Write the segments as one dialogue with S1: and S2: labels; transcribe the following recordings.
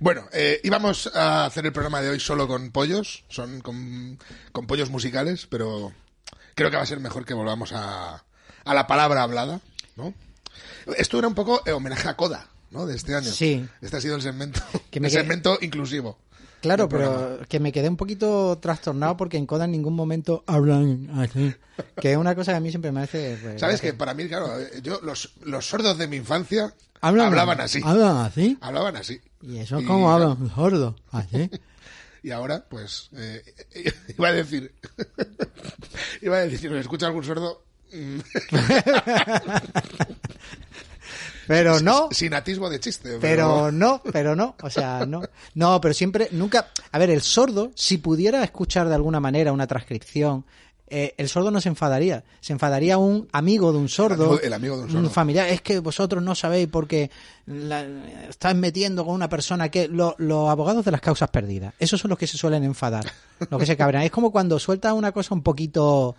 S1: Bueno, eh, íbamos a hacer el programa de hoy solo con pollos, son con, con pollos musicales, pero creo que va a ser mejor que volvamos a, a la palabra hablada, ¿no? Esto era un poco eh, homenaje a Coda, ¿no? De este año.
S2: Sí.
S1: Este ha sido el segmento,
S2: Que me
S1: el
S2: que-
S1: segmento inclusivo.
S2: Claro,
S1: del programa.
S2: pero que me quedé un poquito trastornado porque en Coda en ningún momento hablan así. Que es una cosa que a mí siempre me hace. pues,
S1: ¿Sabes que
S2: gracia.
S1: Para mí, claro, eh, yo, los, los sordos de mi infancia
S2: Hablan-
S1: hablaban así.
S2: Hablan así.
S1: Hablaban así.
S2: Y eso es como hablan, sordo. Así.
S1: Y ahora, pues, eh, iba a decir, iba a decir, si nos escucha algún sordo, mm,
S2: Pero no.
S1: sin atisbo de chiste.
S2: Pero no, pero no, o sea, no. No, pero siempre, nunca. A ver, el sordo, si pudiera escuchar de alguna manera una transcripción, eh, el sordo no se enfadaría. Se enfadaría un amigo de un sordo.
S1: amigo- el amigo de un sordo.
S2: familiar. Es que vosotros no sabéis porque la, estás metiendo con una persona que. lo- los abogados de las causas perdidas. Esos son los que se suelen enfadar. Los que se cabrean. Es como cuando sueltas una cosa un poquito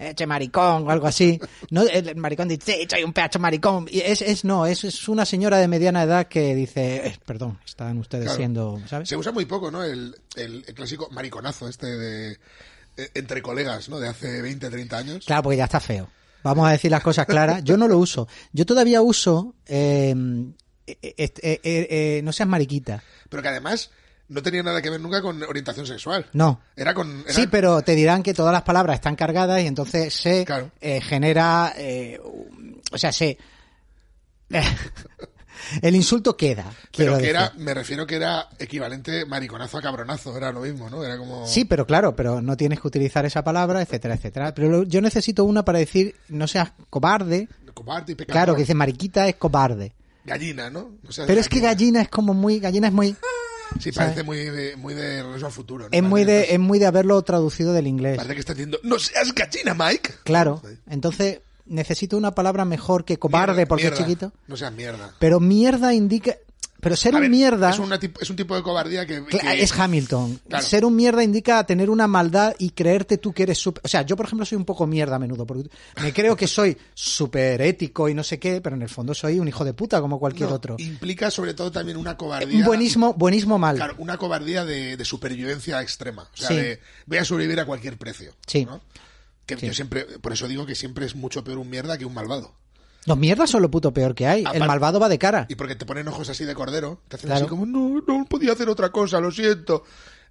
S2: eche maricón o algo así. No, el maricón dice, "Sí, soy un pedazo maricón. Y es, es no, es, es una señora de mediana edad que dice, "Eh, perdón, están ustedes
S1: Claro.
S2: siendo, ¿sabes?
S1: Se usa muy poco, ¿no? El, el- el clásico mariconazo este de eh, entre colegas, ¿no? De hace 20, 30 años.
S2: Claro, porque ya está feo. Vamos a decir las cosas claras. Yo no lo uso. Yo todavía uso, eh, eh, eh, eh, eh, no seas mariquita.
S1: Pero que además no tenía nada que ver nunca con orientación sexual.
S2: No.
S1: Era con... era-
S2: Sí, pero te dirán que todas las palabras están cargadas y entonces se
S1: Claro.
S2: eh, genera, eh, un- o sea, se... el insulto queda.
S1: pero
S2: quiero
S1: que
S2: decir.
S1: era, me refiero que era equivalente mariconazo a cabronazo, era lo mismo, ¿no? Era como...
S2: Sí, pero claro, pero no tienes que utilizar esa palabra, etcétera, etcétera. Pero lo- yo necesito una para decir no seas cobarde.
S1: Cobarde y pecador.
S2: Claro, que dice mariquita es cobarde.
S1: Gallina, ¿no? O sea,
S2: Pero es que gallina es como muy, gallina es muy,
S1: Sí,
S2: ¿sabes?
S1: parece muy de, muy de regreso al futuro. ¿no?
S2: es muy
S1: Parece que
S2: de, es muy de haberlo traducido del inglés.
S1: Parece que está diciendo, no seas gallina, Mike.
S2: Claro. Entonces necesito una palabra mejor que cobarde
S1: Mierda,
S2: porque
S1: mierda.
S2: es chiquito.
S1: No seas mierda.
S2: Pero mierda indica, pero ser
S1: A
S2: un
S1: ver,
S2: mierda
S1: Es, una tip- es un tipo de cobardía que...
S2: Cla-
S1: que-
S2: Es Hamilton.
S1: Claro.
S2: Ser un mierda indica tener una maldad y creerte tú que eres súper... O sea, yo, por ejemplo, soy un poco mierda a menudo, porque me creo que soy súper ético y no sé qué, pero en el fondo soy un hijo de puta como cualquier
S1: No,
S2: otro.
S1: Implica sobre todo también una
S2: Un
S1: cobardía.
S2: buenismo, buenismo mal.
S1: Claro, una cobardía de, de supervivencia extrema. O sea,
S2: Sí.
S1: de voy a sobrevivir a cualquier precio.
S2: Sí.
S1: ¿no? Que
S2: Sí.
S1: yo siempre, por eso digo que siempre es mucho peor un mierda que un malvado.
S2: Los mierdas son lo puto peor que hay.
S1: Aparte-
S2: el malvado va de cara.
S1: Y porque te ponen ojos así de cordero, te hacen
S2: Claro.
S1: así como, no, no podía hacer otra cosa, lo siento.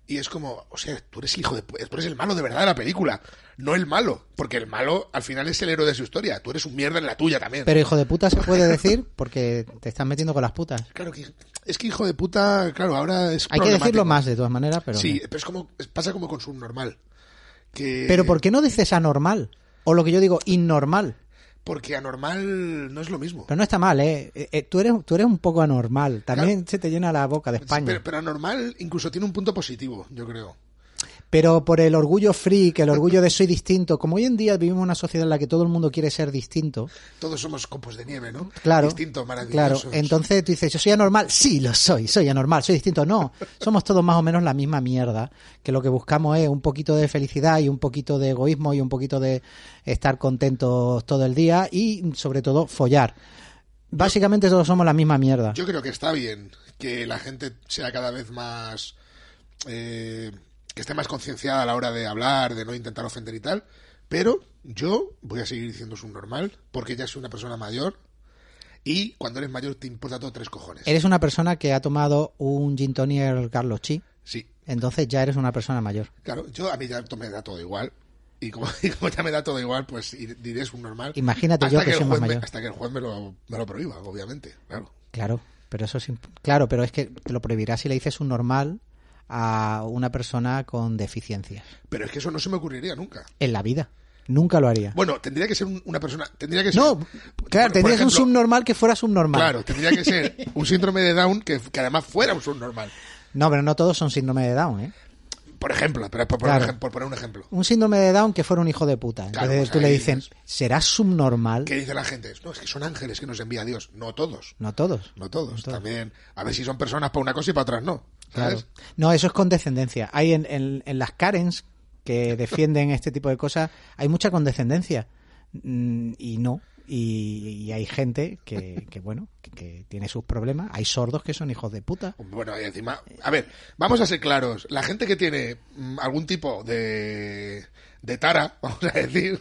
S1: Y es como, o sea, tú eres hijo de. pu- Tú eres el malo de verdad de la película, no el malo. Porque el malo al final es el héroe de su historia. Tú eres un mierda en la tuya también.
S2: Pero hijo de puta se puede decir porque te estás metiendo con las putas.
S1: Claro que. Es que hijo de puta, claro, ahora es.
S2: Hay que decirlo
S1: problemático.
S2: más, de todas maneras, pero...
S1: Sí, pero es como es- pasa como con subnormal. Que,
S2: Pero ¿por qué no dices anormal? O lo que yo digo, innormal.
S1: Porque anormal no es lo mismo.
S2: Pero no está mal, ¿eh? Eh, eh, tú, eres, tú eres un poco anormal. También se te llena la boca de España.
S1: Pero, pero anormal incluso tiene un punto positivo, yo creo.
S2: Pero por el orgullo freak, el orgullo de soy distinto, como hoy en día vivimos en una sociedad en la que todo el mundo quiere ser distinto,
S1: Todos somos copos de nieve, ¿no?
S2: claro.
S1: Distintos,
S2: Claro,
S1: maravillosos.
S2: entonces tú dices, yo soy anormal, sí lo soy, soy anormal, soy distinto. No, somos todos más o menos la misma mierda, que lo que buscamos es un poquito de felicidad y un poquito de egoísmo y un poquito de estar contentos todo el día y sobre todo follar. Básicamente todos somos la misma mierda.
S1: Yo creo que está bien que la gente sea cada vez más. eh, que esté más concienciada a la hora de hablar, de no intentar ofender y tal. Pero yo voy a seguir diciendo normal porque ya soy una persona mayor. Y cuando eres mayor te importa todo tres cojones.
S2: Eres una persona que ha tomado un gin tonic Carlos Chi,
S1: Sí,
S2: entonces ya eres una persona mayor.
S1: claro, yo a mí ya to- me da todo igual. Y como, y como ya me da todo igual, pues ir- diré es un normal.
S2: Imagínate yo que
S1: el
S2: soy más
S1: juez me-
S2: mayor.
S1: hasta que el juez me lo, me lo prohíba, obviamente. Claro.
S2: Claro, pero eso es imp- claro, pero es que te lo prohibirás si le dices un normal a una persona con deficiencia
S1: Pero es que eso no se me ocurriría nunca.
S2: en la vida. Nunca lo haría.
S1: Bueno, tendría que ser un- una persona. Tendría que ser,
S2: No, claro,
S1: por
S2: tendrías
S1: ejemplo,
S2: un subnormal que fuera subnormal.
S1: Claro, tendría que ser un síndrome de Down que, que además fuera un subnormal.
S2: No, pero no todos son síndrome de Down, ¿eh?
S1: Por ejemplo, pero por, poner un
S2: Claro.
S1: ejem- por poner un ejemplo.
S2: Un síndrome de Down que fuera un hijo de puta.
S1: Claro,
S2: Entonces
S1: pues
S2: tú le
S1: ahí
S2: dicen,
S1: dices-
S2: ¿serás subnormal?
S1: ¿Qué dice la gente? No, es que son ángeles que nos envía Dios. No todos.
S2: No todos.
S1: No todos. También. A ver si son personas para una cosa y para otras no.
S2: Claro.
S1: ¿Sabes?
S2: No, eso es condescendencia. Hay en, en- en las Karens que defienden este tipo de cosas, hay mucha condescendencia. Mm, Y no. Y, y hay gente que, que, bueno, que, que tiene sus problemas. Hay sordos que son hijos de puta.
S1: Bueno, y encima. A ver, vamos a ser claros. La gente que tiene mm, algún tipo de. de tara, vamos a decir.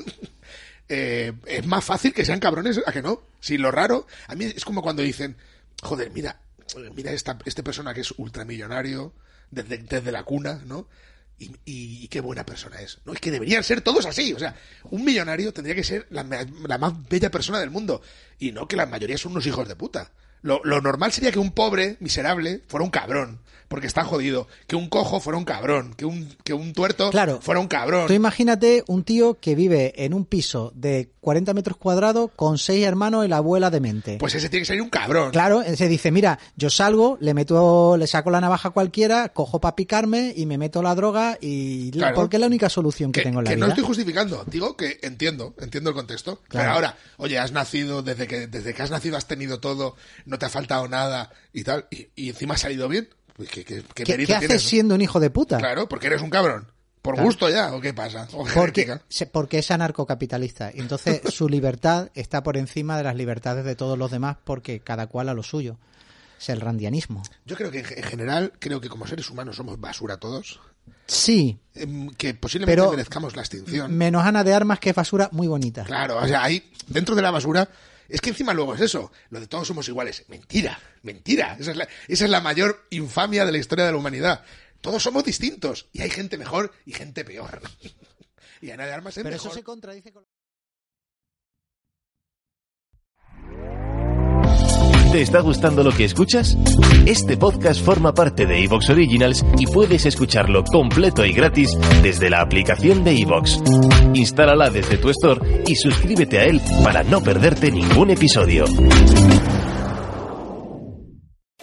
S1: eh, es más fácil que sean cabrones a que no. Si lo raro. A mí es como cuando dicen. Joder, mira. Mira esta, esta persona que es ultramillonario. Desde, desde la cuna, ¿no? Y, y- y qué buena persona es. No, es que deberían ser todos así. O sea, un millonario tendría que ser la, ma- la más bella persona del mundo. Y no que la mayoría son unos hijos de puta. Lo, lo normal sería que un pobre, miserable, fuera un cabrón, porque está jodido. Que un cojo fuera un cabrón. Que un, que un tuerto
S2: Claro.
S1: fuera un cabrón.
S2: Tú imagínate un tío que vive en un piso de 40 metros cuadrados con seis hermanos y la abuela demente.
S1: Pues ese tiene que ser un cabrón.
S2: Claro, él se dice, mira, yo salgo, le meto, le saco la navaja a cualquiera, cojo para picarme y me meto la droga y
S1: Claro.
S2: porque es la única solución que,
S1: Que,
S2: tengo en la
S1: que
S2: vida.
S1: no estoy justificando, digo que entiendo, entiendo el contexto.
S2: Claro.
S1: Pero ahora, oye, has nacido, desde que, desde que has nacido has tenido todo, no te ha faltado nada y tal, y, y encima ha salido bien. Pues que, que, que
S2: ¿Qué,
S1: mérito
S2: qué haces
S1: tienes, ¿no?
S2: siendo un hijo de puta?
S1: Claro, porque eres un cabrón. ¿Por
S2: Claro.
S1: gusto ya? ¿O qué pasa? ¿O
S2: Porque,
S1: genética?
S2: se- porque es anarcocapitalista. Y Entonces su libertad está por encima de las libertades de todos los demás porque cada cual a lo suyo. Es el randianismo.
S1: Yo creo que en ge- en general, creo que como seres humanos somos basura todos.
S2: Sí,
S1: em, Que posiblemente
S2: Pero-
S1: merezcamos la extinción.
S2: menos Ana de Armas que es basura muy bonita.
S1: Claro, o sea, ahí, dentro de la basura. Es que encima luego es eso, lo de todos somos iguales. Mentira, mentira. Esa es, la, esa es la mayor infamia de la historia de la humanidad. Todos somos distintos y hay gente mejor y gente peor. y Ana de Armas es
S2: Pero
S1: mejor.
S2: eso se contradice con...
S3: ¿Te está gustando lo que escuchas? Este podcast forma parte de Evox Originals y puedes escucharlo completo y gratis desde la aplicación de Evox. Instálala desde tu store y suscríbete a él para no perderte ningún episodio.